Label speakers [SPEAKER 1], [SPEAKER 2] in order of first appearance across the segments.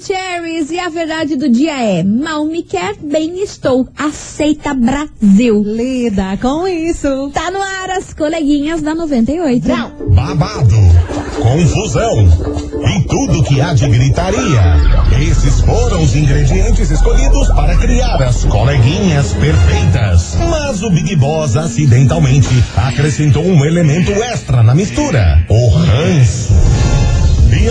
[SPEAKER 1] Então, a verdade do dia é: mal me quer, bem estou. Aceita Brasil.
[SPEAKER 2] Lida com isso.
[SPEAKER 1] Tá no ar as coleguinhas da 98.
[SPEAKER 2] Não.
[SPEAKER 3] Babado, confusão e tudo que há de gritaria. Esses foram os ingredientes escolhidos para criar as coleguinhas perfeitas. Mas o Big Boss acidentalmente acrescentou um elemento extra na mistura: o ranço. E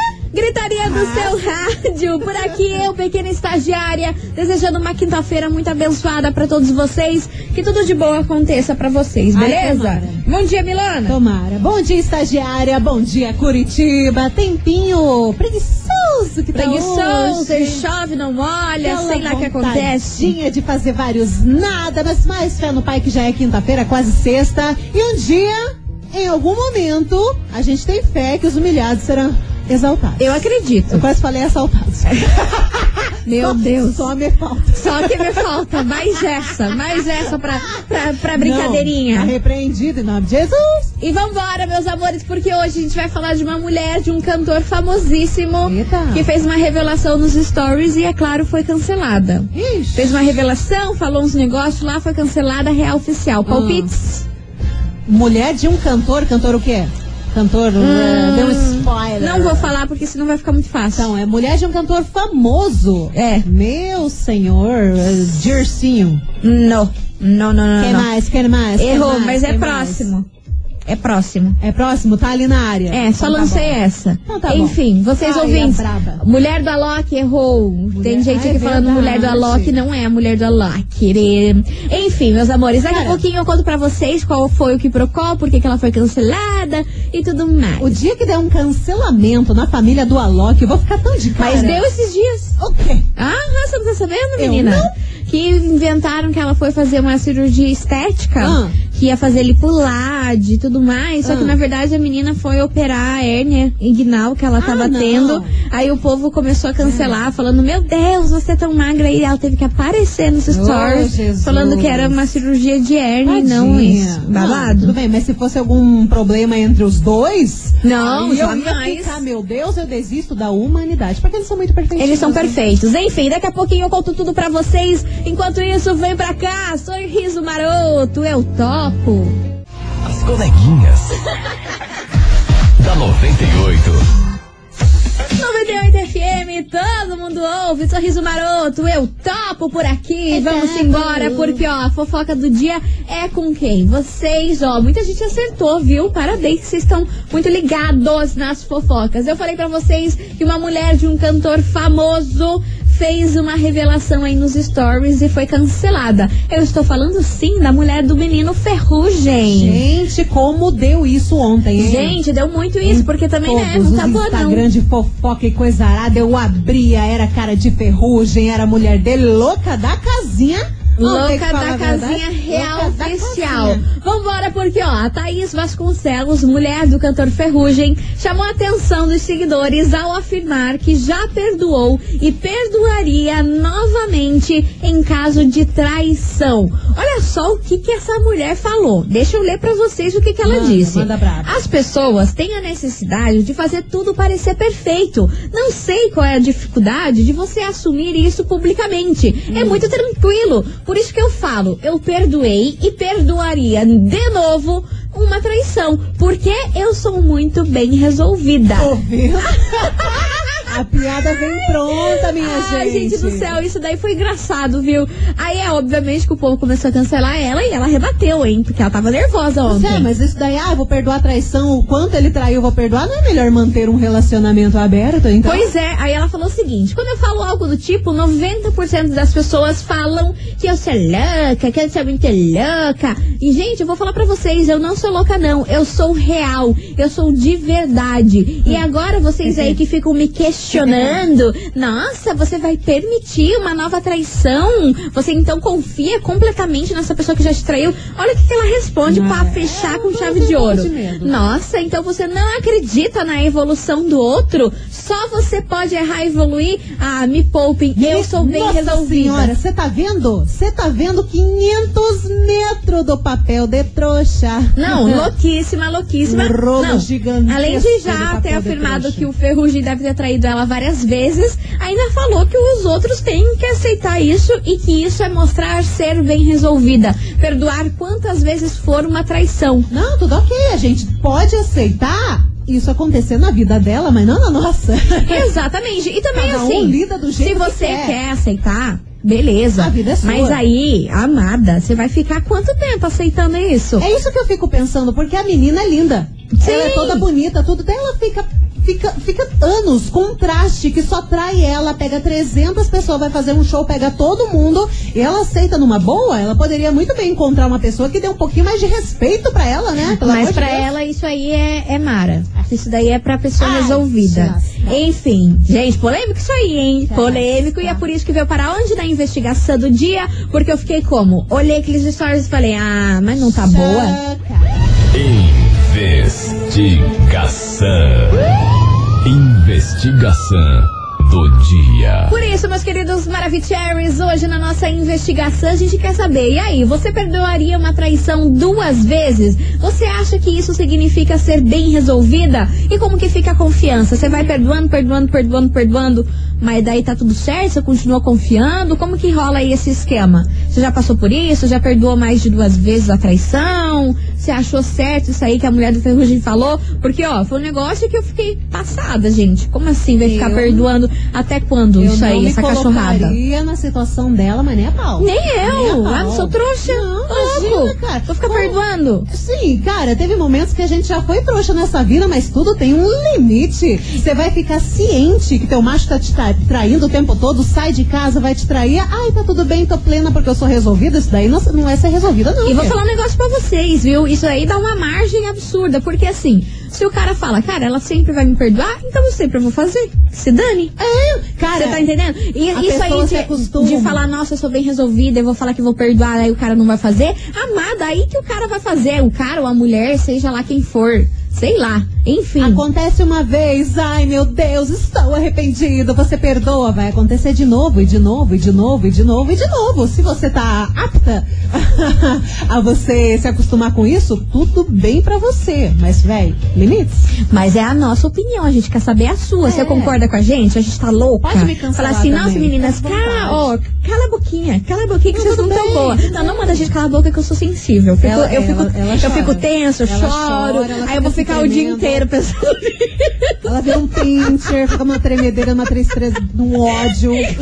[SPEAKER 1] Gritaria do
[SPEAKER 2] Ah.
[SPEAKER 1] seu rádio. Por aqui eu, pequena estagiária, desejando uma quinta-feira muito abençoada pra todos vocês. Que tudo de bom aconteça pra vocês,
[SPEAKER 2] Ai,
[SPEAKER 1] beleza?
[SPEAKER 2] tomara.
[SPEAKER 1] Bom dia, Milana.
[SPEAKER 2] Tomara. Bom dia, estagiária. Bom dia, Curitiba. Tempinho preguiçoso que tá
[SPEAKER 1] Preguiçoso,
[SPEAKER 2] hoje.
[SPEAKER 1] chove, não molha,
[SPEAKER 2] Aquela
[SPEAKER 1] sei lá o que acontece.
[SPEAKER 2] vontadinha de fazer vários nada, mas mais fé no pai que já é quinta-feira, quase sexta. E um dia, em algum momento, a gente tem fé que os humilhados serão exaltados.
[SPEAKER 1] Eu acredito.
[SPEAKER 2] Eu quase falei assaltados.
[SPEAKER 1] Meu Deus.
[SPEAKER 2] Só me falta.
[SPEAKER 1] Só que me falta mais essa, mais essa pra, pra, pra É brincadeirinha.
[SPEAKER 2] Não, tá repreendido em nome de Jesus.
[SPEAKER 1] E vambora, meus amores, porque hoje a gente vai falar de uma mulher, de um cantor famosíssimo
[SPEAKER 2] Eita.
[SPEAKER 1] que fez uma revelação nos stories e, é claro, foi cancelada.
[SPEAKER 2] Ixi.
[SPEAKER 1] Fez uma revelação, falou uns negócios lá, foi cancelada, real oficial. Palpites?
[SPEAKER 2] Mulher de um cantor, cantor o quê? Cantor, eh, deu um spoiler.
[SPEAKER 1] Hum. Não vou falar porque senão vai ficar muito fácil.
[SPEAKER 2] Então, é mulher de um cantor famoso.
[SPEAKER 1] É.
[SPEAKER 2] Meu senhor, eh, Dircinho.
[SPEAKER 1] Não, não, não, não.
[SPEAKER 2] Quem
[SPEAKER 1] Ah, não.
[SPEAKER 2] mais? Quem mais? Quem
[SPEAKER 1] Errou,
[SPEAKER 2] mais?
[SPEAKER 1] mas é
[SPEAKER 2] Quem mais?
[SPEAKER 1] próximo. É próximo.
[SPEAKER 2] É próximo? Tá ali na área.
[SPEAKER 1] É, só
[SPEAKER 2] Então tá
[SPEAKER 1] lancei
[SPEAKER 2] bom.
[SPEAKER 1] essa.
[SPEAKER 2] Então tá bom.
[SPEAKER 1] Enfim, vocês
[SPEAKER 2] Ai,
[SPEAKER 1] ouvintes.
[SPEAKER 2] a braba.
[SPEAKER 1] Mulher do Alok errou. Tem gente
[SPEAKER 2] Ah, é
[SPEAKER 1] aqui falando mulher do
[SPEAKER 2] verdade.
[SPEAKER 1] Alok, não é a mulher do Alok. né? Enfim, meus amores, daqui a
[SPEAKER 2] Cara.
[SPEAKER 1] pouquinho eu conto pra vocês qual foi o que procou, por que que ela foi cancelada e tudo mais.
[SPEAKER 2] O dia que der um cancelamento na família do Alok, eu vou ficar tão de cara.
[SPEAKER 1] Mas deu esses dias.
[SPEAKER 2] O quê?
[SPEAKER 1] Ah, você não tá sabendo,
[SPEAKER 2] Eu
[SPEAKER 1] menina?
[SPEAKER 2] não.
[SPEAKER 1] Que inventaram que ela foi fazer uma cirurgia estética,
[SPEAKER 2] Ah.
[SPEAKER 1] que ia fazer lipulade e tudo mais. Só que
[SPEAKER 2] Ah.
[SPEAKER 1] na verdade a menina foi operar a hérnia inguinal que ela
[SPEAKER 2] Ah,
[SPEAKER 1] tava
[SPEAKER 2] não.
[SPEAKER 1] tendo. Aí o povo começou a cancelar, falando: Meu Deus, você é tão magra. E ela teve que aparecer nos
[SPEAKER 2] Oh,
[SPEAKER 1] stories,
[SPEAKER 2] Jesus.
[SPEAKER 1] falando que era uma cirurgia de hérnia e não
[SPEAKER 2] Tadinha.
[SPEAKER 1] isso. tá
[SPEAKER 2] Não,
[SPEAKER 1] Babado.
[SPEAKER 2] Tudo bem, mas se fosse algum problema entre os dois.
[SPEAKER 1] Não,
[SPEAKER 2] aí eu
[SPEAKER 1] jamais.
[SPEAKER 2] ia ficar, meu Deus, eu desisto da humanidade. Porque eles são muito né? perfeitos.
[SPEAKER 1] Eles são perfeitos. Enfim, daqui a pouquinho eu conto tudo pra vocês. Enquanto isso, vem pra cá. Sorriso maroto, eu topo.
[SPEAKER 4] As coleguinhas. da 98.
[SPEAKER 1] 98 FM, todo mundo ouve. Sorriso maroto, eu topo por aqui. Vamos
[SPEAKER 2] topo.
[SPEAKER 1] embora, porque ó, a fofoca do dia é com quem? Vocês, ó. Muita gente acertou, viu? Parabéns, vocês estão muito ligados nas fofocas. Eu falei pra vocês que uma mulher de um cantor famoso fez uma revelação aí nos stories e foi cancelada. Eu estou falando sim da mulher do menino Ferrugem.
[SPEAKER 2] Gente, como deu isso ontem, hein?
[SPEAKER 1] Gente, deu muito isso, porque também né,
[SPEAKER 2] Todos
[SPEAKER 1] não
[SPEAKER 2] os
[SPEAKER 1] tá boa não.
[SPEAKER 2] Instagram de fofoca e coisa arada, eu abria, era cara de ferrugem, era mulher dele, louca da casinha. Não, tem que
[SPEAKER 1] Louca
[SPEAKER 2] falar
[SPEAKER 1] da
[SPEAKER 2] a verdade,
[SPEAKER 1] casinha real
[SPEAKER 2] louca da
[SPEAKER 1] oficial.
[SPEAKER 2] casinha.
[SPEAKER 1] Vambora, porque ó, a Thaís Vasconcelos, mulher do cantor Ferrugem, chamou a atenção dos seguidores ao afirmar que já perdoou e perdoaria novamente em caso de traição. Olha só o que, que essa mulher falou. Deixa eu ler pra vocês o que, que ela
[SPEAKER 2] Manda,
[SPEAKER 1] disse.
[SPEAKER 2] manda braba.
[SPEAKER 1] As pessoas têm a necessidade de fazer tudo parecer perfeito. Não sei qual é a dificuldade de você assumir isso publicamente. É muito tranquilo. Por isso que eu falo, eu perdoei e perdoaria de novo uma traição, porque eu sou muito bem resolvida.
[SPEAKER 2] Ouviu? A piada vem pronta, minha
[SPEAKER 1] Ai, gente. do céu, isso daí foi engraçado, viu? Aí é obviamente que o povo começou a cancelar ela e ela rebateu, hein? Porque ela tava nervosa ontem.
[SPEAKER 2] É, mas isso daí, ah, eu vou perdoar a traição, o quanto ele traiu, eu vou perdoar. Não é melhor manter um relacionamento aberto, então?
[SPEAKER 1] Pois é, aí ela falou o seguinte: quando eu falo algo do tipo, 90% das pessoas falam que eu sou louca, que eu sou muito louca. E, gente, eu vou falar pra vocês: eu não sou louca, não. Eu sou real. Eu sou de verdade. E agora vocês aí que ficam me questionando. Nossa, você vai permitir uma nova traição? Você então confia completamente nessa pessoa que já te traiu? Olha o que, que ela responde pra fechar com chave de ouro.
[SPEAKER 2] de medo.
[SPEAKER 1] Nossa, então você não acredita na evolução do outro? Só você pode errar e evoluir? Ah, me poupem, eu sou bem
[SPEAKER 2] Nossa
[SPEAKER 1] resolvida.
[SPEAKER 2] senhora, você tá vendo? Você tá vendo 500 metros do papel de trouxa.
[SPEAKER 1] Não, louquíssima, louquíssima.
[SPEAKER 2] Uhum. Um rolo
[SPEAKER 1] Não.
[SPEAKER 2] gigantesco
[SPEAKER 1] Além de
[SPEAKER 2] de
[SPEAKER 1] já
[SPEAKER 2] papel
[SPEAKER 1] ter
[SPEAKER 2] de
[SPEAKER 1] afirmado
[SPEAKER 2] trouxa.
[SPEAKER 1] que o Ferrugem deve ter traído ela várias vezes, ainda falou que os outros têm que aceitar isso e que isso é mostrar ser bem resolvida. Perdoar quantas vezes for uma traição.
[SPEAKER 2] Não, tudo ok. A gente pode aceitar isso acontecer na vida dela, mas não na nossa.
[SPEAKER 1] Exatamente. E também
[SPEAKER 2] Cada um
[SPEAKER 1] assim,
[SPEAKER 2] lida do jeito
[SPEAKER 1] se
[SPEAKER 2] que
[SPEAKER 1] você
[SPEAKER 2] quer.
[SPEAKER 1] aceitar, beleza.
[SPEAKER 2] A vida é sua.
[SPEAKER 1] Mas aí, amada, você vai ficar quanto tempo aceitando isso?
[SPEAKER 2] É isso que eu fico pensando, porque a menina é linda.
[SPEAKER 1] Sim.
[SPEAKER 2] Ela é toda bonita, tudo. Daí ela fica, fica, fica anos com um traste que só trai ela, pega 300 pessoas, vai fazer um show, pega todo mundo e ela aceita numa boa. Ela poderia muito bem encontrar uma pessoa que dê um pouquinho mais de respeito pra ela, né? Pelo amor
[SPEAKER 1] Mas
[SPEAKER 2] de
[SPEAKER 1] pra
[SPEAKER 2] Deus.
[SPEAKER 1] ela isso aí é, é Mara. Isso daí é pra pessoa
[SPEAKER 2] Ai,
[SPEAKER 1] resolvida.
[SPEAKER 2] nossa. tá.
[SPEAKER 1] Enfim, gente, polêmico isso aí, hein? Polêmico. E é por isso que veio para onde na investigação do dia, porque eu fiquei como? Olhei aqueles stories e falei, ah, mas não tá boa.
[SPEAKER 2] Ah, Chaca.
[SPEAKER 4] Investigação. Investigação do dia.
[SPEAKER 1] Por isso, meus queridos Maravicheries, hoje na nossa investigação a gente quer saber, e aí, você perdoaria uma traição duas vezes? Você acha que isso significa ser bem resolvida? E como que fica a confiança? Você vai perdoando, perdoando, perdoando, perdoando, mas daí tá tudo certo? Você continua confiando? Como que rola aí esse esquema? Você já passou por isso? Já perdoou mais de duas vezes a traição? Você achou certo isso aí que a mulher do Ferrugem falou? Porque, ó, foi um negócio que eu fiquei passada, gente. Como assim vai ficar
[SPEAKER 2] Eu-
[SPEAKER 1] perdoando até quando?
[SPEAKER 2] Eu
[SPEAKER 1] isso
[SPEAKER 2] não
[SPEAKER 1] aí,
[SPEAKER 2] me
[SPEAKER 1] essa cachorrada.
[SPEAKER 2] colocaria na situação dela, mas nem a pau.
[SPEAKER 1] Nem eu!
[SPEAKER 2] Nem a
[SPEAKER 1] Ah, não
[SPEAKER 2] pau.
[SPEAKER 1] sou trouxa!
[SPEAKER 2] Não,
[SPEAKER 1] Tô
[SPEAKER 2] imagina,
[SPEAKER 1] louco!
[SPEAKER 2] cara.
[SPEAKER 1] Vou ficar
[SPEAKER 2] Como-
[SPEAKER 1] perdoando!
[SPEAKER 2] Sim, cara, teve momentos que a gente já foi trouxa nessa vida, mas tudo tem um limite. Você vai ficar ciente que teu macho tá te tra- traindo o tempo todo, sai de casa, vai te trair. Ai, tá tudo bem, tô plena porque eu sou resolvida. Isso daí não, não é ser resolvida, não.
[SPEAKER 1] E vou
[SPEAKER 2] filho.
[SPEAKER 1] falar um negócio pra vocês, viu? Isso aí dá uma margem absurda, porque assim, se o cara fala, cara, ela sempre vai me perdoar, então eu sempre vou fazer. Se dane.
[SPEAKER 2] É, cara,
[SPEAKER 1] Você tá entendendo? E
[SPEAKER 2] a
[SPEAKER 1] isso aí
[SPEAKER 2] pessoa se
[SPEAKER 1] de,
[SPEAKER 2] acostuma.
[SPEAKER 1] de falar, nossa, eu sou bem resolvida, eu vou falar que vou perdoar, aí o cara não vai fazer. Amada, aí que o cara vai fazer. O cara ou a mulher, seja lá quem for. Sei lá. Enfim.
[SPEAKER 2] Acontece uma vez, ai meu Deus, estou arrependido, você perdoa, vai acontecer de novo, e de novo, e de novo, e de novo, e de novo. Se você tá apta a você se acostumar com isso, tudo bem pra você. Mas, véi, limites.
[SPEAKER 1] Mas é a nossa opinião, a gente quer saber a sua. Você
[SPEAKER 2] É.
[SPEAKER 1] concorda com a gente? A gente tá louca?
[SPEAKER 2] Pode me cancelar
[SPEAKER 1] Fala assim,
[SPEAKER 2] também.
[SPEAKER 1] nossa, meninas,
[SPEAKER 2] Fica à vontade.
[SPEAKER 1] cala, ó, cala a boquinha, cala a boquinha que
[SPEAKER 2] Não,
[SPEAKER 1] vocês não
[SPEAKER 2] tudo
[SPEAKER 1] tão
[SPEAKER 2] bem,
[SPEAKER 1] boa.
[SPEAKER 2] tudo
[SPEAKER 1] Não, não manda a gente calar a boca que eu sou sensível. Eu fico,
[SPEAKER 2] Ela-
[SPEAKER 1] eu, fico,
[SPEAKER 2] ela- ela
[SPEAKER 1] eu
[SPEAKER 2] chora.
[SPEAKER 1] fico tenso, eu
[SPEAKER 2] Ela
[SPEAKER 1] choro.
[SPEAKER 2] chora, ela
[SPEAKER 1] aí eu vou
[SPEAKER 2] fica
[SPEAKER 1] ficar
[SPEAKER 2] se
[SPEAKER 1] o dia
[SPEAKER 2] tremendo.
[SPEAKER 1] inteiro pensando
[SPEAKER 2] Ela vira um pincher, fica uma tremedeira, uma tristeza, um ódio.
[SPEAKER 1] a gente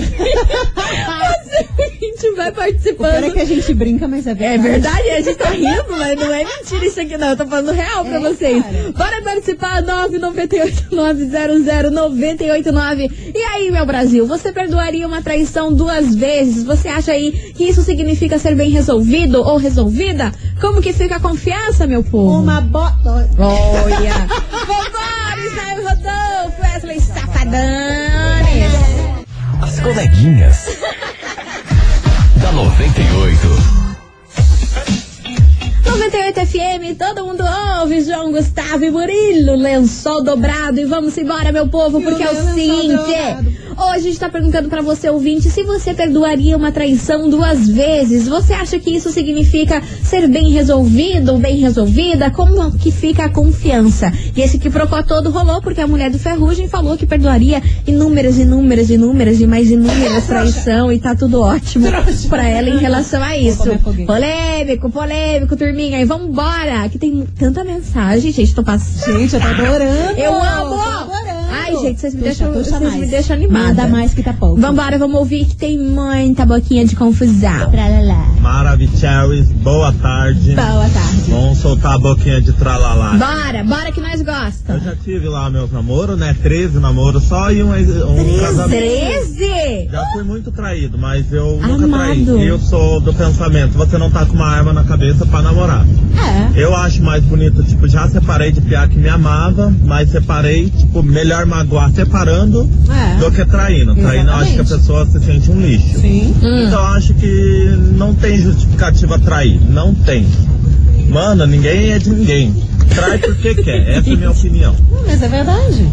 [SPEAKER 1] vai
[SPEAKER 2] O pior é
[SPEAKER 1] participando.
[SPEAKER 2] que a gente brinca, mas é
[SPEAKER 1] É
[SPEAKER 2] verdade.
[SPEAKER 1] verdade, a gente tá rindo, mas não é mentira isso aqui, não. Eu tô falando real pra
[SPEAKER 2] É,
[SPEAKER 1] vocês.
[SPEAKER 2] cara.
[SPEAKER 1] Bora participar, 998-900-989. E aí, meu Brasil, você perdoaria uma traição duas vezes? Você acha aí que isso significa ser bem resolvido ou resolvida? Como que fica a confiança, meu povo?
[SPEAKER 2] Uma bota.
[SPEAKER 1] Olha! Vambora, Israel Rodolfo, Wesley Safadanes!
[SPEAKER 4] As coleguinhas. da 98.
[SPEAKER 1] 98 FM, todo mundo ouve, João Gustavo e Murilo, lençol dobrado. E vamos embora, meu povo,
[SPEAKER 2] E o
[SPEAKER 1] porque é o
[SPEAKER 2] lençol
[SPEAKER 1] seguinte.
[SPEAKER 2] dobrado.
[SPEAKER 1] Hoje a gente tá perguntando pra você, ouvinte, se você perdoaria uma traição duas vezes. Você acha que isso significa ser bem resolvido ou bem resolvida? Como que fica a confiança? E esse que procó todo rolou porque a mulher do Ferrugem falou que perdoaria inúmeras, inúmeras, inúmeras e mais inúmeras traição e tá tudo ótimo pra ela em relação a isso.
[SPEAKER 2] comer foguete.
[SPEAKER 1] Polêmico, polêmico, turminha. E vambora, que tem tanta mensagem, gente. Tô passando.
[SPEAKER 2] Gente, eu tô adorando.
[SPEAKER 1] Eu
[SPEAKER 2] Tô
[SPEAKER 1] amo!
[SPEAKER 2] adorando.
[SPEAKER 1] Ai, gente, vocês me
[SPEAKER 2] Puxa,
[SPEAKER 1] deixam,
[SPEAKER 2] puxa
[SPEAKER 1] vocês
[SPEAKER 2] mais.
[SPEAKER 1] me deixam animada.
[SPEAKER 2] Manda mais que tá pouco.
[SPEAKER 1] Vambora, vamos ouvir que tem muita boquinha de confusão.
[SPEAKER 5] Maravicharis, boa tá. tarde.
[SPEAKER 2] Boa tarde.
[SPEAKER 5] Vamos soltar a boquinha de tralalá.
[SPEAKER 1] tá. Bora, bora que nós
[SPEAKER 5] Eu
[SPEAKER 1] gosta.
[SPEAKER 5] já tive lá meus namoros, né? 13 namoros só e um, ex- um casamento.
[SPEAKER 1] 13! quê?
[SPEAKER 5] Já fui muito traído, mas eu nunca traí.
[SPEAKER 1] Amado.
[SPEAKER 5] Eu sou do pensamento, você não tá com uma arma na cabeça pra namorar.
[SPEAKER 2] É.
[SPEAKER 5] Eu acho mais bonito, tipo, já separei de piá que me amava, mas separei, tipo, melhor magoar separando
[SPEAKER 2] É.
[SPEAKER 5] do que traindo. Traindo eu acho que a
[SPEAKER 2] Exatamente.
[SPEAKER 5] pessoa se sente um lixo.
[SPEAKER 2] Sim.
[SPEAKER 5] Então eu acho que não tem justificativa trair. Não tem. Mano, ninguém é de ninguém. Trai porque quer. Essa é a minha opinião.
[SPEAKER 2] Hum, mas é verdade.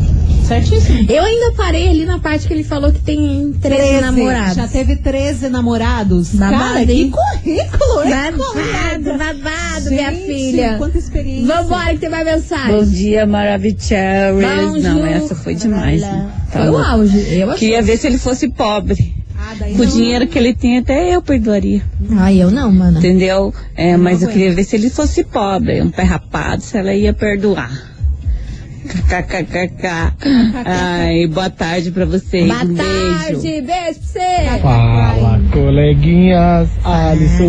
[SPEAKER 2] Certíssimo.
[SPEAKER 1] Eu ainda parei ali na parte que ele falou que tem 13, namorados.
[SPEAKER 2] Já teve 13 namorados.
[SPEAKER 1] Babado,
[SPEAKER 2] Cara,
[SPEAKER 1] hein?
[SPEAKER 2] que currículo, hein? é?
[SPEAKER 1] Babado, babado,
[SPEAKER 2] Gente,
[SPEAKER 1] minha filha.
[SPEAKER 2] Quanta experiência.
[SPEAKER 1] Vambora que tem mais
[SPEAKER 6] Bom
[SPEAKER 1] mensagem.
[SPEAKER 6] dia, Maravicheris.
[SPEAKER 1] Bonjour.
[SPEAKER 6] Não, essa foi demais. né? Tá
[SPEAKER 1] Foi o
[SPEAKER 6] louco.
[SPEAKER 1] auge. Eu achei.
[SPEAKER 6] Queria ver se ele fosse pobre.
[SPEAKER 2] Ah, daí
[SPEAKER 6] Com o
[SPEAKER 2] não-
[SPEAKER 6] dinheiro que ele tem, até eu perdoaria.
[SPEAKER 1] Ai, eu não, mano.
[SPEAKER 6] Entendeu? É, mas eu
[SPEAKER 2] aguento.
[SPEAKER 6] queria ver se ele fosse pobre, um pé rapado, se ela ia perdoar. KKKKK. Ai, boa tarde pra vocês.
[SPEAKER 1] Boa
[SPEAKER 6] um beijo.
[SPEAKER 1] tarde, beijo, pra você.
[SPEAKER 7] Fala, coleguinhas. Alisson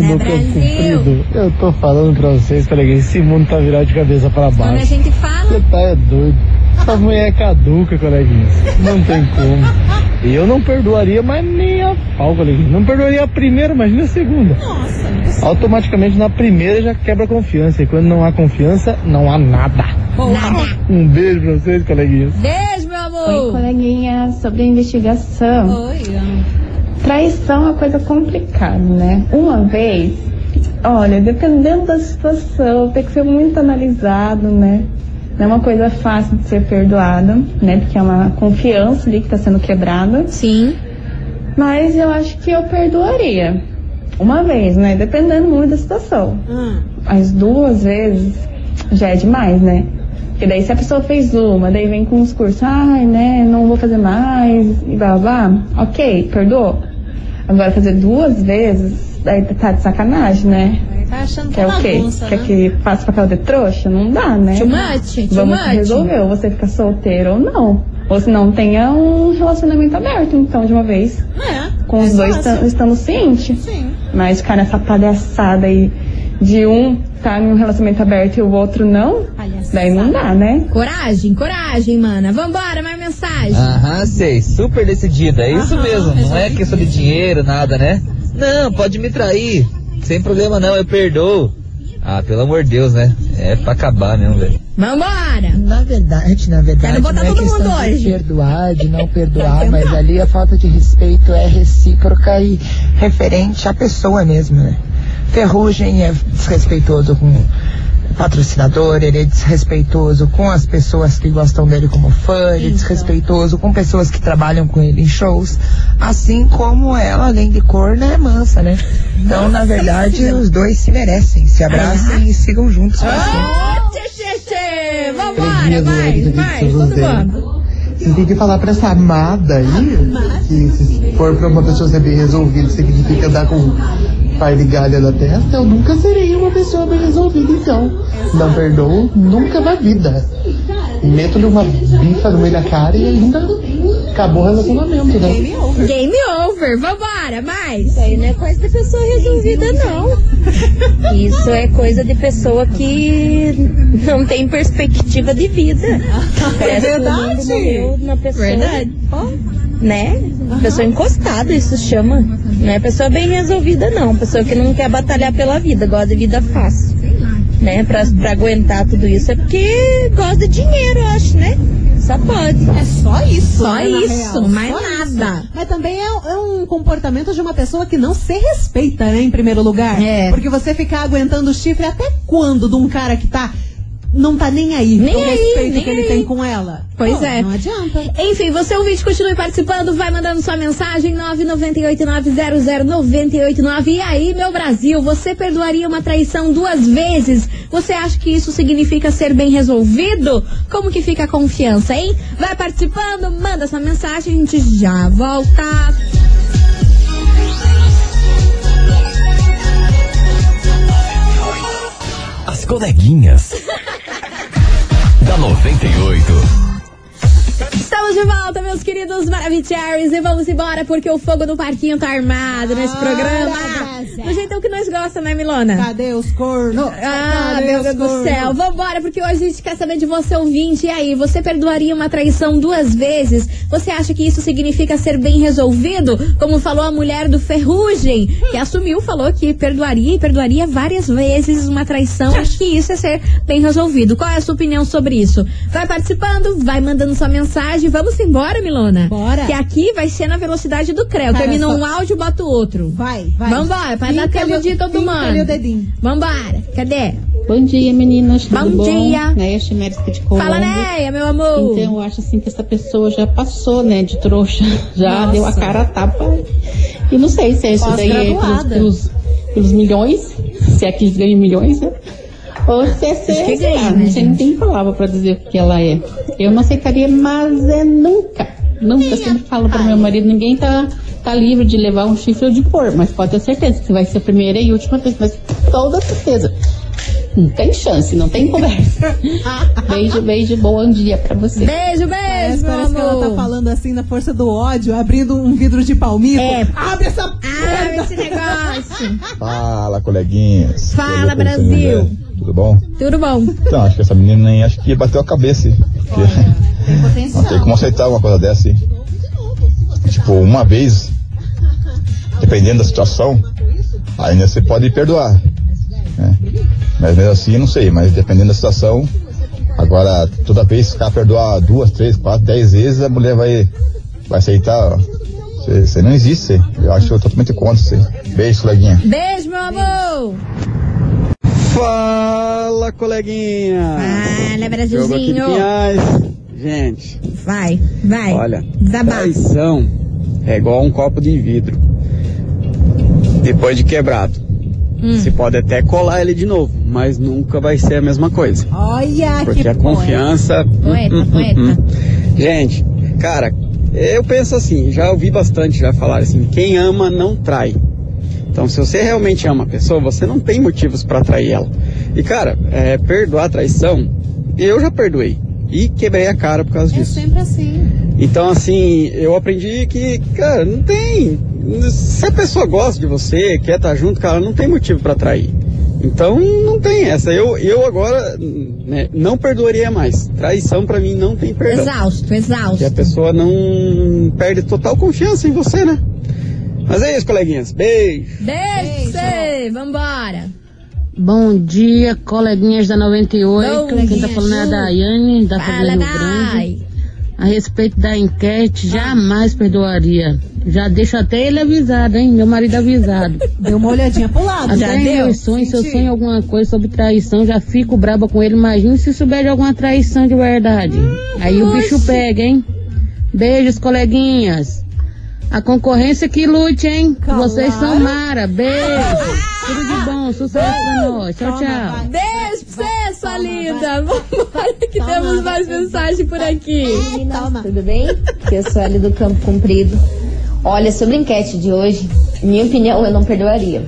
[SPEAKER 1] Fala,
[SPEAKER 7] do Campo
[SPEAKER 1] Brasil.
[SPEAKER 7] Comprido. Eu tô falando pra vocês, coleguinhas, esse mundo tá virado de cabeça pra
[SPEAKER 1] Quando a
[SPEAKER 7] baixo.
[SPEAKER 1] gente fala,
[SPEAKER 7] Você tá é doido. Essa mulher é caduca, coleguinhas. Não tem como. E eu não perdoaria, mas nem a pau, coleguinhas. Não perdoaria a primeira, imagina a segunda.
[SPEAKER 2] Nossa, não é sei.
[SPEAKER 7] Automaticamente na primeira já quebra a confiança. E quando não há confiança, não há nada.
[SPEAKER 1] nada.
[SPEAKER 7] Um beijo pra vocês, coleguinhas.
[SPEAKER 1] Beijo, meu amor.
[SPEAKER 8] Coleguinha, sobre a investigação.
[SPEAKER 2] Oi,
[SPEAKER 1] um,
[SPEAKER 2] amo.
[SPEAKER 8] Traição é uma coisa complicada, né? Uma vez, olha, dependendo da situação, tem que ser muito analisado, né? Não é uma coisa fácil de ser perdoada, né? Porque é uma confiança ali que está sendo quebrada.
[SPEAKER 1] Sim.
[SPEAKER 8] Mas eu acho que eu perdoaria. Uma vez, né? Dependendo muito da situação.
[SPEAKER 2] Hum.
[SPEAKER 8] Mas duas vezes já é demais, né? Porque daí se a pessoa fez uma, daí vem com um discurso, ai, né, não vou fazer mais, e blá blá, blá. ok, perdoou. Agora fazer duas vezes, daí tá de sacanagem, né?
[SPEAKER 2] Aí Tá achando que
[SPEAKER 8] Quer
[SPEAKER 2] é
[SPEAKER 8] o quê?
[SPEAKER 2] bagunça,
[SPEAKER 8] Quer
[SPEAKER 2] né?
[SPEAKER 8] que faça papel de trouxa? Não dá, né?
[SPEAKER 1] Too much, too
[SPEAKER 8] Vamos
[SPEAKER 1] much.
[SPEAKER 8] resolver, ou você fica solteiro ou não. Ou se não, tenha um relacionamento aberto, então, de uma vez.
[SPEAKER 2] É.
[SPEAKER 8] Com os
[SPEAKER 2] é
[SPEAKER 8] dois
[SPEAKER 2] fácil.
[SPEAKER 8] tam-
[SPEAKER 1] tá-
[SPEAKER 8] estando cientes.
[SPEAKER 2] Sim.
[SPEAKER 8] Mas ficar nessa palhaçada aí de um tá em um relacionamento aberto e o outro não,
[SPEAKER 2] Palhaçada.
[SPEAKER 8] daí não dá, né?
[SPEAKER 1] Coragem, coragem, mana. Vambora, mais mensagem.
[SPEAKER 9] Aham, sei, super decidida, é isso
[SPEAKER 2] Aham,
[SPEAKER 9] mesmo, não é
[SPEAKER 2] resolvi.
[SPEAKER 9] questão de dinheiro, nada, né? Não, pode me trair, sem problema não, eu perdoo. Ah, pelo amor de Deus, né? É pra acabar mesmo, velho.
[SPEAKER 1] Vambora.
[SPEAKER 10] Na verdade, na verdade,
[SPEAKER 1] Quero botar
[SPEAKER 10] não é
[SPEAKER 1] todo
[SPEAKER 10] questão
[SPEAKER 1] mundo
[SPEAKER 10] de
[SPEAKER 1] hoje.
[SPEAKER 10] perdoar, de não perdoar, mas ali a falta de respeito é recíproca e referente à pessoa mesmo, né? Ferrugem é desrespeitoso com o patrocinador, ele é desrespeitoso com as pessoas que gostam dele como fã, ele é desrespeitoso com pessoas que trabalham com ele em shows, assim como ela, além de corna, é mansa, né? Então, na verdade, os dois se merecem, se abracem e sigam juntos pra sempre.
[SPEAKER 1] Ô, tchê, tchê, tchê. Vambora,
[SPEAKER 7] Coleguinha do
[SPEAKER 1] vai,
[SPEAKER 7] Eric,
[SPEAKER 1] vai.
[SPEAKER 7] do
[SPEAKER 1] Todo
[SPEAKER 7] José.
[SPEAKER 1] mundo.
[SPEAKER 7] Vocês têm que falar pra essa amada aí que se for pra uma pessoa ser bem resolvida, significa andar com um par de galha na testa, eu nunca serei uma pessoa bem resolvida, então. Não perdoo nunca na vida. Meto-lhe uma bifa no meio da cara e ainda acabou o relacionamento, né?
[SPEAKER 2] Game over.
[SPEAKER 1] Game over. Vambora, mais.
[SPEAKER 11] Isso aí não é coisa de pessoa resolvida, não. Isso é coisa de pessoa que não tem perspectiva de vida. Parece
[SPEAKER 2] verdade.
[SPEAKER 11] que o mundo morreu na pessoa,
[SPEAKER 1] É Verdade.
[SPEAKER 11] né? Pessoa encostada, isso chama. Não é pessoa bem resolvida, não. Pessoa que não quer batalhar pela vida, gosta de vida fácil. Né? Pra, pra aguentar tudo isso é porque gosta de dinheiro, eu acho, né? Só pode.
[SPEAKER 2] É só isso.
[SPEAKER 1] Só
[SPEAKER 2] né, na
[SPEAKER 1] isso,
[SPEAKER 2] real.
[SPEAKER 1] mais
[SPEAKER 2] Só
[SPEAKER 1] nada.
[SPEAKER 2] Mas também é, é um comportamento de uma pessoa que não se respeita, né, em primeiro lugar.
[SPEAKER 1] É.
[SPEAKER 2] Porque você ficar aguentando o chifre até quando de um cara que tá. Não tá nem aí
[SPEAKER 1] Nem
[SPEAKER 2] com o
[SPEAKER 1] aí,
[SPEAKER 2] respeito
[SPEAKER 1] nem
[SPEAKER 2] que ele
[SPEAKER 1] aí.
[SPEAKER 2] tem com ela.
[SPEAKER 1] Pois
[SPEAKER 2] Pô,
[SPEAKER 1] é.
[SPEAKER 2] Não adianta.
[SPEAKER 1] Enfim, você ouvinte, continue participando, vai mandando sua mensagem 998900989. E aí, meu Brasil, você perdoaria uma traição duas vezes? Você acha que isso significa ser bem resolvido? Como que fica a confiança, hein? Vai participando, manda sua mensagem, a gente já volta.
[SPEAKER 4] As coleguinhas. da 98.
[SPEAKER 1] Estamos de de volta, meus queridos Maravicharis. E vamos embora, porque o fogo do parquinho tá armado nesse
[SPEAKER 2] Ora,
[SPEAKER 1] programa. Do jeitão que nós gostamos, né, Milona?
[SPEAKER 2] Cadê os cornos?
[SPEAKER 1] Ah,
[SPEAKER 2] Cadê
[SPEAKER 1] meu
[SPEAKER 2] os
[SPEAKER 1] Deus do
[SPEAKER 2] cornos?
[SPEAKER 1] céu. Vambora, porque hoje a gente quer saber de você, ouvinte. E aí, você perdoaria uma traição duas vezes? Você acha que isso significa ser bem resolvido? Como falou a mulher do Ferrugem, que assumiu, falou que perdoaria e perdoaria várias vezes uma traição. Acho que isso é ser bem resolvido. Qual é a sua opinião sobre isso? Vai participando, vai mandando sua mensagem. Vamos embora, Milona.
[SPEAKER 2] Bora.
[SPEAKER 1] Que aqui vai ser na velocidade do Creu.
[SPEAKER 2] Cara,
[SPEAKER 1] Termina
[SPEAKER 2] só-
[SPEAKER 1] um áudio, bota o outro.
[SPEAKER 2] Vai, vai.
[SPEAKER 1] Vambora, pra
[SPEAKER 2] Pinca-lhe
[SPEAKER 1] dar tempo
[SPEAKER 2] o-
[SPEAKER 1] de todo
[SPEAKER 2] pinca-lhe
[SPEAKER 1] mundo.
[SPEAKER 2] o dedinho.
[SPEAKER 1] Vambora, cadê?
[SPEAKER 12] Bom dia, meninas. Tudo
[SPEAKER 1] Bom
[SPEAKER 12] bom?
[SPEAKER 1] dia.
[SPEAKER 12] Neia Chimérica de Colombo.
[SPEAKER 1] Fala, Neia, meu amor.
[SPEAKER 13] um-
[SPEAKER 12] Então, eu acho assim que essa pessoa já passou, né, de trouxa. Já
[SPEAKER 1] Nossa.
[SPEAKER 12] deu a cara a tapa. E não sei se é isso daí é pelos,
[SPEAKER 1] Pós-graduada.
[SPEAKER 12] pelos, pelos milhões, se é que eles ganham milhões, né? Ou se é ser,
[SPEAKER 1] Acho que
[SPEAKER 12] sei lá,
[SPEAKER 1] ganha, né,
[SPEAKER 12] não sei, não tem palavra pra dizer o que ela é. Eu não aceitaria, mas é nunca. Nunca, eu sempre falo pro meu marido, ninguém tá, tá livre de levar um chifre ou de pôr, mas pode ter certeza que vai ser a primeira e última vez, mas toda certeza. Não tem chance, não tem conversa. beijo, beijo, bom dia pra você.
[SPEAKER 1] Beijo, beijo,
[SPEAKER 2] Parece,
[SPEAKER 1] meu
[SPEAKER 2] parece que ela tá
[SPEAKER 1] amor.
[SPEAKER 2] falando assim na força do ódio, abrindo um vidro de palmito.
[SPEAKER 1] É.
[SPEAKER 2] Abre essa
[SPEAKER 1] Ah, esse negócio.
[SPEAKER 14] Fala, coleguinhas.
[SPEAKER 1] Fala,
[SPEAKER 14] Eu vou conhecendo
[SPEAKER 1] Brasil.
[SPEAKER 14] mulher. Tudo bom?
[SPEAKER 1] Tudo bom.
[SPEAKER 14] Então, acho que essa menina aí, acho que bateu a cabeça. hein? Porque não tem como aceitar uma coisa dessa. hein? Tipo, uma vez, dependendo da situação, ainda você pode perdoar. né? Mas mesmo assim, não sei, mas dependendo da situação, agora toda vez ficar perdoar duas, três, quatro, dez vezes, a mulher vai, vai aceitar. ó. Você você não existe. você. Eu acho totalmente contra você. Beijo, coleguinha.
[SPEAKER 1] Beijo, meu amor.
[SPEAKER 13] Fala, coleguinha!
[SPEAKER 1] Fala,
[SPEAKER 13] Jogo aqui de
[SPEAKER 1] Brasilzinho.
[SPEAKER 13] Pinhais. Gente,
[SPEAKER 1] Vai, vai.
[SPEAKER 13] olha,
[SPEAKER 1] Desabafo.
[SPEAKER 13] traição é igual um copo de vidro. Depois de quebrado, você pode até colar ele de novo, mas nunca vai ser a mesma coisa.
[SPEAKER 2] Olha
[SPEAKER 13] Porque é
[SPEAKER 2] que
[SPEAKER 13] a confiança. Hum,
[SPEAKER 2] Poeta, poeta.
[SPEAKER 13] Gente, cara, eu penso assim, já ouvi bastante já falar assim, quem ama não trai. Então, se você realmente ama a pessoa, você não tem motivos pra trair ela. E cara, é, perdoar a traição, eu já perdoei e quebrei a cara por causa disso.
[SPEAKER 2] é Sempre assim.
[SPEAKER 13] Então, assim, eu aprendi que, cara, não tem. Se a pessoa gosta de você, quer estar junto, cara, não tem motivo pra trair. Então, não tem essa. Eu, eu agora né, não perdoaria mais. Traição pra mim não tem perdão.
[SPEAKER 1] Exausto, exausto.
[SPEAKER 13] E a pessoa não perde total confiança em você, né? Mas é isso, coleguinhas. Beijo.
[SPEAKER 1] Beijo pra você. Vambora.
[SPEAKER 15] Bom dia, coleguinhas da 98.
[SPEAKER 1] Bom
[SPEAKER 15] Quem
[SPEAKER 1] dia,
[SPEAKER 15] tá falando é a
[SPEAKER 1] Ju.
[SPEAKER 15] Daiane, da
[SPEAKER 1] Fala,
[SPEAKER 15] Fazenda Rio
[SPEAKER 1] Dai.
[SPEAKER 15] Grande. A respeito da enquete, jamais perdoaria. Já deixo até ele avisado, hein? Meu marido avisado.
[SPEAKER 2] Deu uma olhadinha pro lado.
[SPEAKER 15] Já deu? Meus sonhos, se eu sonho alguma coisa sobre traição, já fico braba com ele. Imagina se souber de alguma traição de verdade. Aí o bicho pega, hein? Beijos, coleguinhas. A concorrência que lute, hein? Vocês são Mara. Beijo.
[SPEAKER 1] Ah,
[SPEAKER 15] Tudo de bom. Sucesso pra nós. Tchau, tchau.
[SPEAKER 1] Beijo pra você, sua linda. Vambora, que temos mais mensagem por aqui.
[SPEAKER 2] É,
[SPEAKER 16] Meninas, tudo bem? Aqui eu sou a Eli do Campo Comprido. Olha, sobre a enquete de hoje, minha opinião, eu não perdoaria.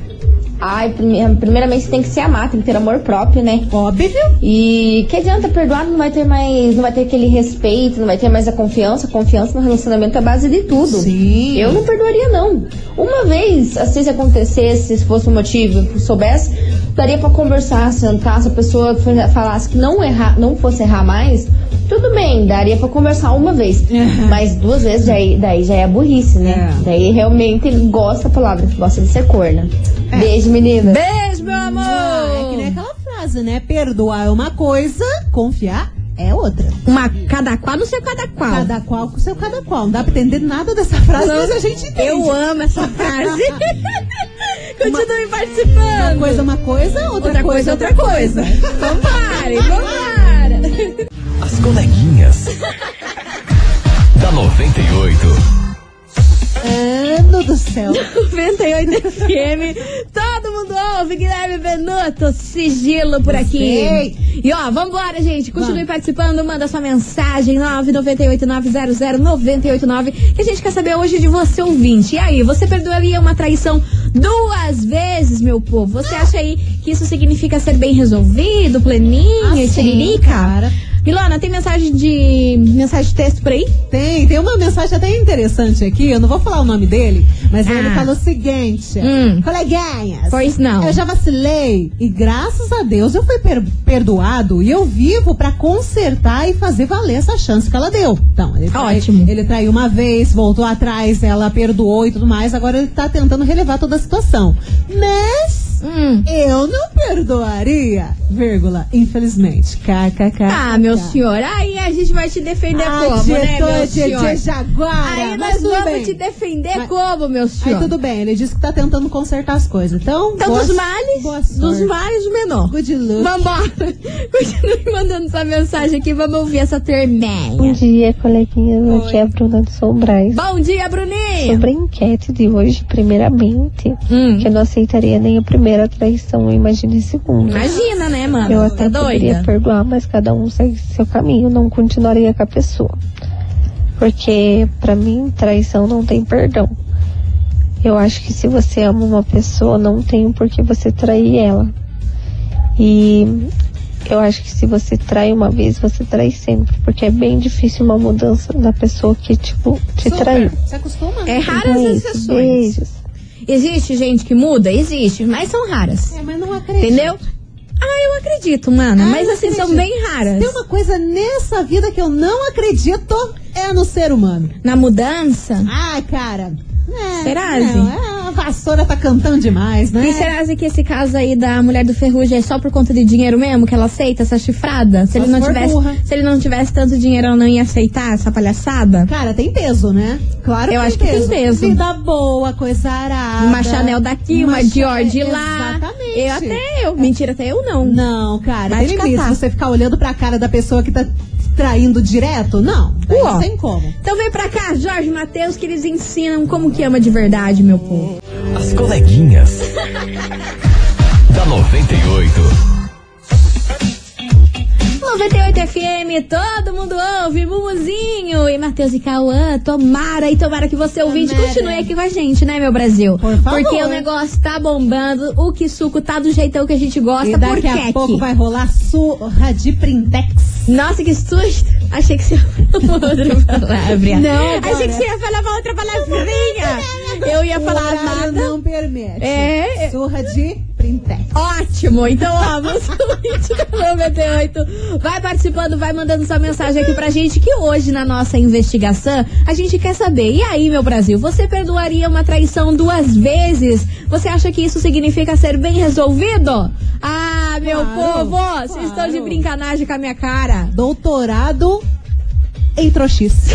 [SPEAKER 16] Ai, prime- primeiramente você tem que se amar, tem que é ter amor próprio, né?
[SPEAKER 2] Óbvio.
[SPEAKER 16] E que adianta perdoar, não vai ter mais, não vai ter aquele respeito, não vai ter mais a confiança. A confiança no relacionamento é a base de tudo.
[SPEAKER 2] Sim.
[SPEAKER 16] Eu não perdoaria, não. Uma vez, assim, se acontecesse, se fosse um motivo, se soubesse, daria pra conversar, sentar, se a pessoa fa- falasse que não errar, não fosse errar mais, tudo bem, daria pra conversar uma vez. Mas duas vezes já é- daí já é burrice, né? Daí realmente ele gosta da palavra, gosta de ser corna. Beijo, meninas.
[SPEAKER 1] Beijo, meu amor.
[SPEAKER 2] É que nem aquela frase, né? Perdoar é uma coisa, confiar é outra.
[SPEAKER 1] Uma cada qual no seu cada qual.
[SPEAKER 2] Cada qual com o seu cada qual. Não dá pra entender nada dessa frase,
[SPEAKER 1] Não.
[SPEAKER 2] mas a gente entende.
[SPEAKER 1] Eu amo essa frase. Continue
[SPEAKER 2] Uma
[SPEAKER 1] participando.
[SPEAKER 2] coisa é uma coisa, outra,
[SPEAKER 1] Outra coisa,
[SPEAKER 2] coisa,
[SPEAKER 1] é outra coisa. Vambora, vambora.
[SPEAKER 4] As coleguinhas. da 98.
[SPEAKER 1] é
[SPEAKER 2] é Ano do céu.
[SPEAKER 1] 98 FM. Todo mundo ouve, Guilherme Benuto, sigilo por aqui.
[SPEAKER 2] Gostei.
[SPEAKER 1] E ó, vambora, gente. Continue participando, manda sua mensagem 998900989 que a gente quer saber hoje de você, ouvinte. E aí, você perdoaria uma traição duas vezes, meu
[SPEAKER 2] Ah.
[SPEAKER 1] povo? Você acha aí que isso significa ser bem resolvido, pleninho,
[SPEAKER 2] Ah,
[SPEAKER 1] e
[SPEAKER 2] sim,
[SPEAKER 1] tiririca?
[SPEAKER 2] cara.
[SPEAKER 1] Milona, tem mensagem de. mensagem de texto por aí?
[SPEAKER 2] Tem, tem uma mensagem até interessante aqui, eu não vou falar o nome dele, mas
[SPEAKER 1] Ah.
[SPEAKER 2] ele falou o seguinte:
[SPEAKER 1] Hum.
[SPEAKER 2] coleguinhas,
[SPEAKER 1] Pois não.
[SPEAKER 2] eu já vacilei e graças a Deus eu fui per- perdoado e eu vivo pra consertar e fazer valer essa chance que ela deu. Então, ele trai- Ele traiu uma vez, voltou atrás, ela perdoou e tudo mais, agora ele tá tentando relevar toda a situação. Mas eu não perdoaria, vírgula, infelizmente. KKK.
[SPEAKER 1] Ah, meu senhor, aí a gente vai te defender
[SPEAKER 2] Ah,
[SPEAKER 1] como, né,
[SPEAKER 2] tietê,
[SPEAKER 1] meu
[SPEAKER 2] tietê,
[SPEAKER 1] senhor?
[SPEAKER 2] jaguara,
[SPEAKER 1] aí
[SPEAKER 2] mas
[SPEAKER 1] nós
[SPEAKER 2] tudo
[SPEAKER 1] vamos
[SPEAKER 2] bem.
[SPEAKER 1] te defender
[SPEAKER 2] Mas-
[SPEAKER 1] como, meu senhor?
[SPEAKER 2] Aí tudo bem, ele disse que tá tentando consertar as coisas. Então,
[SPEAKER 1] Então,
[SPEAKER 2] boa
[SPEAKER 1] dos
[SPEAKER 2] s-
[SPEAKER 1] males,
[SPEAKER 2] boa
[SPEAKER 1] dos
[SPEAKER 2] sorte.
[SPEAKER 1] males, o menor.
[SPEAKER 2] Good luck.
[SPEAKER 1] Vambora. Continue mandando sua mensagem aqui, vamos ouvir essa terméia.
[SPEAKER 17] Bom dia, coleguinhas. Aqui é a Bruna de Sobrais.
[SPEAKER 1] Bom dia, Hum. Bruninho.
[SPEAKER 17] Sobre a enquete de hoje, primeiramente, que eu não aceitaria nem a primeira traição, imagine a segunda.
[SPEAKER 1] Imagina, né, mano?
[SPEAKER 17] Eu até
[SPEAKER 1] Tá
[SPEAKER 17] poderia
[SPEAKER 1] doida?
[SPEAKER 17] perdoar, mas cada um segue seu caminho, não continuaria com a pessoa. Porque, pra mim, traição não tem perdão. Eu acho que se você ama uma pessoa, não tem por que você trair ela. E eu acho que se você trai uma vez, você trai sempre. Porque é bem difícil uma mudança da pessoa que, tipo, te traiu.
[SPEAKER 2] Se acostuma?
[SPEAKER 1] É raras
[SPEAKER 17] Então é
[SPEAKER 1] as
[SPEAKER 17] isso.
[SPEAKER 1] exceções. Existe gente que muda? Existe, mas são raras.
[SPEAKER 2] É, mas não acredito.
[SPEAKER 1] Entendeu? Ah, eu acredito, mano. mas assim, são bem raras.
[SPEAKER 2] Tem uma coisa nessa vida que eu não acredito é no ser humano.
[SPEAKER 1] Na mudança?
[SPEAKER 2] Ah, cara. É,
[SPEAKER 1] Será,
[SPEAKER 2] não,
[SPEAKER 1] Zi?
[SPEAKER 2] é, a vassoura tá cantando demais, né?
[SPEAKER 1] E será Zé, que esse caso aí da mulher do Ferrugem é só por conta de dinheiro mesmo que ela aceita essa chifrada? Se
[SPEAKER 2] Só
[SPEAKER 1] ele,
[SPEAKER 2] se
[SPEAKER 1] não
[SPEAKER 2] for
[SPEAKER 1] tivesse,
[SPEAKER 2] burra.
[SPEAKER 1] se ele não tivesse tanto dinheiro, ela não ia aceitar essa palhaçada?
[SPEAKER 2] Cara, tem peso, né? Claro
[SPEAKER 1] Eu
[SPEAKER 2] que
[SPEAKER 1] acho que
[SPEAKER 2] tem peso.
[SPEAKER 1] tem peso.
[SPEAKER 2] Vida boa, coisa arada.
[SPEAKER 1] Uma Chanel daqui, uma Dior de lá.
[SPEAKER 2] Exatamente.
[SPEAKER 1] Eu até eu. Mentira, até eu não.
[SPEAKER 2] Não, cara.
[SPEAKER 1] Vai
[SPEAKER 2] Mas tem
[SPEAKER 1] te
[SPEAKER 2] limite
[SPEAKER 1] catar.
[SPEAKER 2] você ficar olhando pra cara da pessoa que tá traindo direto? Não. Daí Não tem como.
[SPEAKER 1] Então vem pra cá, Jorge e Matheus, que eles ensinam como que ama de verdade, meu povo.
[SPEAKER 4] As coleguinhas. da 98.
[SPEAKER 1] 98 FM, todo mundo ouve, Mumuzinho e Matheus e Cauã, tomara e tomara que você ouvinte
[SPEAKER 2] Tomara.
[SPEAKER 1] continue aqui com a gente, né, meu Brasil? Por
[SPEAKER 2] favor.
[SPEAKER 1] Porque o negócio tá bombando, o que suco tá do jeitão que a gente gosta,
[SPEAKER 2] E
[SPEAKER 1] por
[SPEAKER 2] daqui
[SPEAKER 1] quê?
[SPEAKER 2] a pouco vai rolar surra de Printex.
[SPEAKER 1] Nossa, que susto! Achei que você ia falar outra palavra.
[SPEAKER 2] Não,
[SPEAKER 1] Achei
[SPEAKER 2] agora.
[SPEAKER 1] que você ia falar uma outra palavrinha. Eu ia falar
[SPEAKER 2] Horário
[SPEAKER 1] nada.
[SPEAKER 2] não permite.
[SPEAKER 1] É.
[SPEAKER 2] Surra de Printex.
[SPEAKER 1] Ótimo! Então, ó, você ouvinte da 98, vai participando, vai mandando sua mensagem aqui pra gente, que hoje, na nossa investigação, a gente quer saber, e aí, meu Brasil, você perdoaria uma traição duas vezes? Você acha que isso significa ser bem resolvido? Ah, meu
[SPEAKER 2] Claro,
[SPEAKER 1] povo, vocês estão de brincanagem com a minha cara.
[SPEAKER 2] Doutorado em trouxice.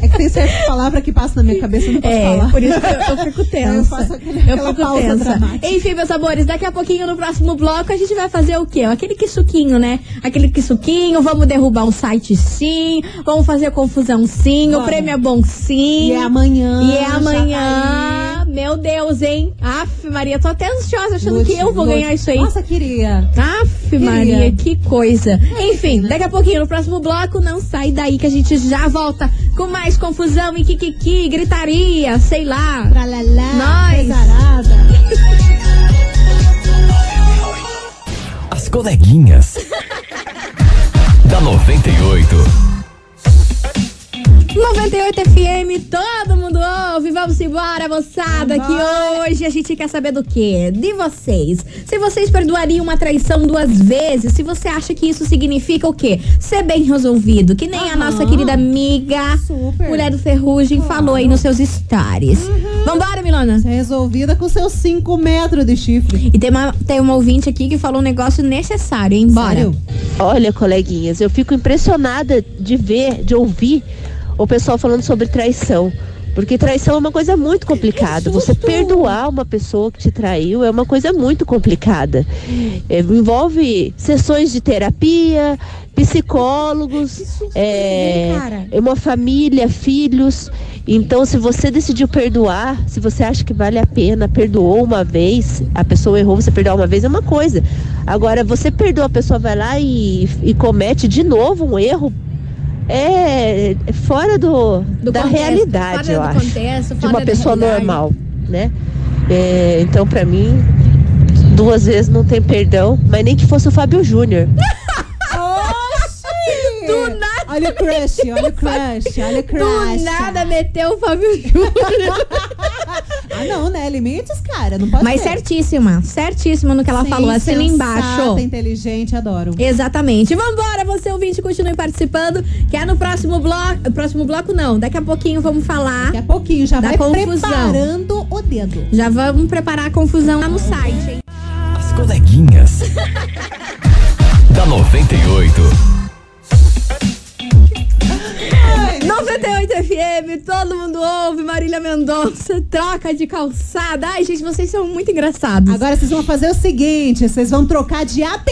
[SPEAKER 2] É que tem certa palavra que passa na minha cabeça e eu não posso
[SPEAKER 1] É,
[SPEAKER 2] falar.
[SPEAKER 1] por isso que eu, eu fico tensa.
[SPEAKER 2] Eu faço aquele-
[SPEAKER 1] Eu
[SPEAKER 2] aquela
[SPEAKER 1] fico
[SPEAKER 2] pausa
[SPEAKER 1] tensa.
[SPEAKER 2] dramática.
[SPEAKER 1] Enfim, meus amores, daqui a pouquinho no próximo bloco a gente vai fazer o quê? Aquele que suquinho, né? Aquele que suquinho, vamos derrubar o site sim, vamos fazer confusão sim, o
[SPEAKER 2] Bora.
[SPEAKER 1] prêmio é bom sim.
[SPEAKER 2] E é amanhã,
[SPEAKER 1] E é
[SPEAKER 2] já tá
[SPEAKER 1] amanhã. Meu Deus, hein? Aff, Maria, tô até ansiosa achando que eu vou ganhar isso aí.
[SPEAKER 2] Nossa, queria.
[SPEAKER 1] Aff, Maria, que coisa. Enfim, daqui a pouquinho, no próximo bloco, não sai daí que a gente já volta com mais confusão e kikiki, gritaria, sei lá.
[SPEAKER 2] Tralalá,
[SPEAKER 1] Nós.
[SPEAKER 2] pesarada.
[SPEAKER 4] As coleguinhas. da 98.
[SPEAKER 1] 98 FM, todo mundo ouve. Vamos embora, moçada, que hoje a gente quer saber do quê? De vocês. Se vocês perdoariam uma traição duas vezes, se você acha que isso significa o quê? Ser bem resolvido, que nem a nossa querida amiga, mulher do Ferrugem, falou aí nos seus stories.
[SPEAKER 18] Uhum.
[SPEAKER 1] Vambora, Milona.
[SPEAKER 2] Resolvida com seus 5 metros de chifre.
[SPEAKER 1] E tem uma, tem uma ouvinte aqui que falou um negócio necessário, hein? Bora.
[SPEAKER 18] Olha, coleguinhas, eu fico impressionada de ver, de ouvir o pessoal falando sobre traição. Porque traição é uma coisa muito complicada. Você perdoar uma pessoa que te traiu é uma coisa muito complicada. É, envolve sessões de terapia, psicólogos, é, uma família, filhos. Então, se você decidiu perdoar, se você acha que vale a pena, perdoou uma vez, a pessoa errou, você perdoar uma vez é uma coisa. Agora, você perdoa, a pessoa vai lá e, e comete de novo um erro, é fora do, da
[SPEAKER 1] contexto,
[SPEAKER 18] realidade,
[SPEAKER 1] fora
[SPEAKER 18] eu
[SPEAKER 1] do
[SPEAKER 18] acho.
[SPEAKER 1] contexto,
[SPEAKER 18] de
[SPEAKER 1] fora
[SPEAKER 18] uma
[SPEAKER 1] da
[SPEAKER 18] pessoa
[SPEAKER 1] realidade.
[SPEAKER 18] normal, né? É, então, pra mim, duas vezes não tem perdão, mas nem que fosse o Fábio Júnior.
[SPEAKER 2] Olha o crush, olha o crush, olha o crush.
[SPEAKER 1] Do nada meteu o Fábio Júnior.
[SPEAKER 2] ah, não, né? Limites, cara, não pode
[SPEAKER 1] Mas
[SPEAKER 2] ser.
[SPEAKER 1] certíssima, certíssima no que ela
[SPEAKER 2] Sim,
[SPEAKER 1] falou. Assina embaixo.
[SPEAKER 2] sensata, inteligente, adoro.
[SPEAKER 1] Exatamente. Vambora, você ouvinte, continue participando. Que é no próximo bloco. Próximo bloco, não. Daqui a pouquinho vamos falar. Daqui a
[SPEAKER 2] pouquinho, já
[SPEAKER 1] da
[SPEAKER 2] vai
[SPEAKER 1] confusão.
[SPEAKER 2] preparando o dedo.
[SPEAKER 1] Já vamos preparar a confusão lá no site, hein?
[SPEAKER 4] As coleguinhas. da 98.
[SPEAKER 1] 98 FM, todo mundo ouve, Marília Mendonça, troca de calçada. Ai, gente, vocês são muito engraçados.
[SPEAKER 2] Agora vocês vão fazer o seguinte: vocês vão trocar de app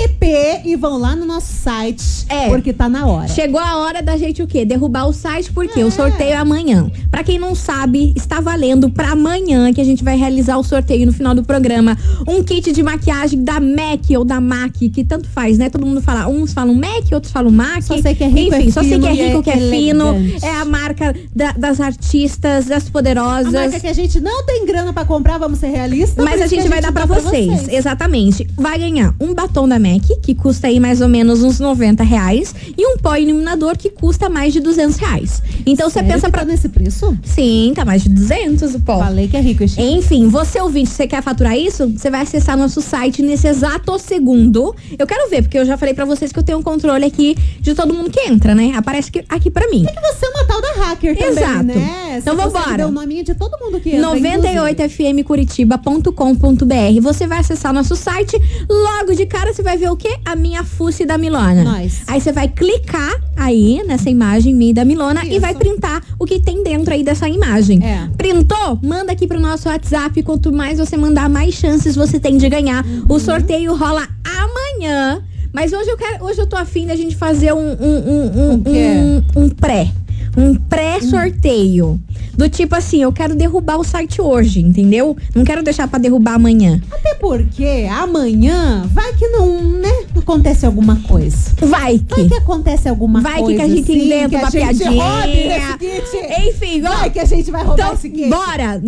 [SPEAKER 2] e vão lá no nosso site.
[SPEAKER 1] É.
[SPEAKER 2] Porque tá na hora.
[SPEAKER 1] Chegou a hora da gente o quê? Derrubar o site, porque o sorteio é amanhã. Pra quem não sabe, está valendo pra amanhã que a gente vai realizar o sorteio no final do programa. Um kit de maquiagem da MAC ou da MAC, que tanto faz, né? Todo mundo fala, uns falam MAC, outros falam MAC.
[SPEAKER 2] Só sei que é rico,
[SPEAKER 1] Enfim,
[SPEAKER 2] é
[SPEAKER 1] só sei
[SPEAKER 2] fino
[SPEAKER 1] que é
[SPEAKER 2] e é
[SPEAKER 1] rico, que é fino.
[SPEAKER 2] elegante.
[SPEAKER 1] É a marca da- das artistas, das poderosas.
[SPEAKER 2] A marca que a gente não tem grana pra comprar, vamos ser realistas. por
[SPEAKER 1] Mas a
[SPEAKER 2] isso que
[SPEAKER 1] gente, vai dar pra vocês. Exatamente. Vai ganhar um batom da MAC, que custa aí mais ou menos uns 90 reais, e um pó iluminador que custa mais de 200 reais. Então você pensa pra.
[SPEAKER 2] tá nesse preço?
[SPEAKER 1] Sim, tá mais de 200 o pó.
[SPEAKER 2] Falei que é rico, esse.
[SPEAKER 1] Enfim, você ouvinte, você quer faturar isso? Você vai acessar nosso site nesse exato segundo. Eu quero ver, porque eu já falei pra vocês que eu tenho um controle aqui de todo mundo que entra, né? Aparece aqui, aqui pra mim.
[SPEAKER 2] Você é uma tal da hacker também,
[SPEAKER 1] Exato.
[SPEAKER 2] né?
[SPEAKER 1] Então
[SPEAKER 2] Você consegue
[SPEAKER 1] vambora.
[SPEAKER 2] dar o nominho de todo mundo que entra,
[SPEAKER 1] é
[SPEAKER 2] inclusive.
[SPEAKER 1] 98fmcuritiba.com.br. Você vai acessar nosso site, logo de cara você vai ver o quê? A minha fuce da Milona.
[SPEAKER 2] Nós.
[SPEAKER 1] Aí você vai clicar aí nessa imagem minha e da Milona e vai printar o que tem dentro aí dessa imagem.
[SPEAKER 2] É.
[SPEAKER 1] Printou? Manda aqui pro nosso WhatsApp. Quanto mais você mandar, mais chances você tem de ganhar.
[SPEAKER 2] Uhum.
[SPEAKER 1] O sorteio rola amanhã. Mas hoje eu quero, hoje eu tô afim da gente fazer um um, um,
[SPEAKER 2] é?
[SPEAKER 1] um, um, um pré. Um pré-sorteio. Do tipo assim, eu quero derrubar o site hoje, entendeu? Não quero deixar pra derrubar amanhã.
[SPEAKER 2] Até porque amanhã vai que não, né? Acontece alguma coisa.
[SPEAKER 1] Vai que.
[SPEAKER 2] Vai que acontece alguma
[SPEAKER 1] Vai que,
[SPEAKER 2] coisa.
[SPEAKER 1] que a gente
[SPEAKER 2] assim,
[SPEAKER 1] inventa
[SPEAKER 2] que a
[SPEAKER 1] uma
[SPEAKER 2] gente
[SPEAKER 1] piadinha.
[SPEAKER 2] roube nesse kit.
[SPEAKER 1] Enfim, ó.
[SPEAKER 2] Vai que a gente vai roubar
[SPEAKER 1] então,
[SPEAKER 2] esse kit.
[SPEAKER 1] Bora!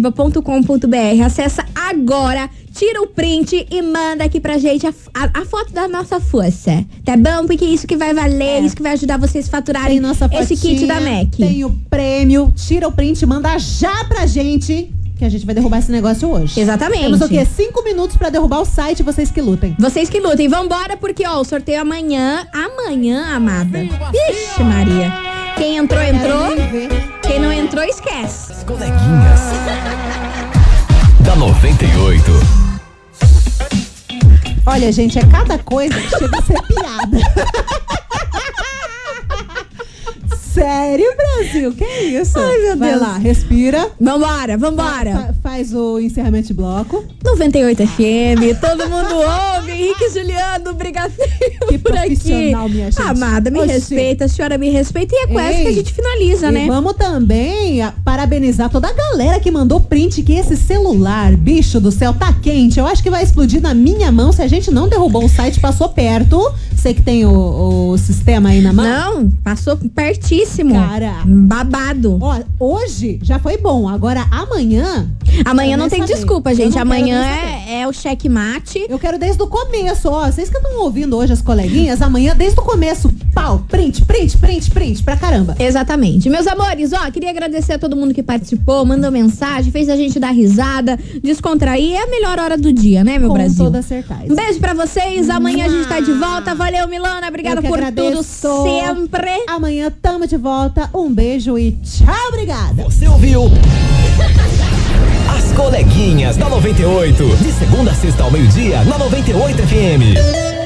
[SPEAKER 1] 98fmcuritiba.com.br. Acessa agora, tira o print e manda aqui pra gente a, a- a foto da nossa força. Tá bom? Porque isso que vai valer, isso que vai ajudar vocês a faturarem
[SPEAKER 2] É. Tem nossa
[SPEAKER 1] esse kit
[SPEAKER 2] fotinha,
[SPEAKER 1] da MAC.
[SPEAKER 2] Tem o prêmio. Tira o print, manda já pra gente. Que a gente vai derrubar esse negócio hoje.
[SPEAKER 1] Exatamente.
[SPEAKER 2] Temos o quê? Cinco minutos pra derrubar o site, vocês que lutem.
[SPEAKER 1] Vocês que lutem, vambora, porque ó, o sorteio é amanhã, amanhã, amada. Ixi, Maria. Quem entrou, entrou. Quem não entrou, esquece.
[SPEAKER 4] Da 98.
[SPEAKER 2] Olha, gente, é cada coisa que chega a ser piada. Sério, Brasil? Que é isso?
[SPEAKER 1] Ai, meu
[SPEAKER 2] Vai
[SPEAKER 1] Deus. É.
[SPEAKER 2] lá, respira.
[SPEAKER 1] Vambora, vambora.
[SPEAKER 2] Fa- faz o encerramento de bloco.
[SPEAKER 1] 98 FM, todo mundo ouve. Henrique e Juliano, brigadeiro
[SPEAKER 2] Que
[SPEAKER 1] por aqui.
[SPEAKER 2] profissional, minha gente.
[SPEAKER 1] Amada, me
[SPEAKER 2] Oxi.
[SPEAKER 1] respeita, a senhora me respeita. E é com essa que a
[SPEAKER 2] Ei,
[SPEAKER 1] gente finaliza,
[SPEAKER 2] e
[SPEAKER 1] né?
[SPEAKER 2] Vamos também a- parabenizar toda a galera que mandou print que esse celular, bicho do céu, tá quente. Eu acho que vai explodir na minha mão se a gente não derrubou o site, passou perto. Sei que tem o, o sistema aí na mão.
[SPEAKER 1] Não, passou pertíssimo.
[SPEAKER 2] Cara.
[SPEAKER 1] Babado.
[SPEAKER 2] Ó, hoje já foi bom, agora amanhã.
[SPEAKER 1] Amanhã
[SPEAKER 2] eu
[SPEAKER 1] não
[SPEAKER 2] nem
[SPEAKER 1] tem
[SPEAKER 2] sabia.
[SPEAKER 1] desculpa,
[SPEAKER 2] Eu
[SPEAKER 1] gente.
[SPEAKER 2] não
[SPEAKER 1] Amanhã
[SPEAKER 2] quero nem saber.
[SPEAKER 1] é, é o checkmate.
[SPEAKER 2] Eu quero desde o começo, ó. Vocês que estão ouvindo hoje as coleguinhas, amanhã desde o começo, pau, print, print, print, print, pra caramba.
[SPEAKER 1] Exatamente. Meus amores, ó, queria agradecer a todo mundo que participou, mandou mensagem, fez a gente dar risada, descontrair. É a melhor hora do dia, né, meu
[SPEAKER 2] Com
[SPEAKER 1] Brasil?
[SPEAKER 2] toda certeza. Ah.
[SPEAKER 1] Um beijo pra vocês. Amanhã a gente tá de volta. Valeu, Milana. Obrigada
[SPEAKER 2] Eu que
[SPEAKER 1] por tudo
[SPEAKER 2] agradeço.
[SPEAKER 1] sempre.
[SPEAKER 2] Amanhã tamo de volta. Um beijo e tchau, obrigada.
[SPEAKER 4] Você ouviu? As coleguinhas da 98. De segunda a sexta ao meio-dia, na 98 FM.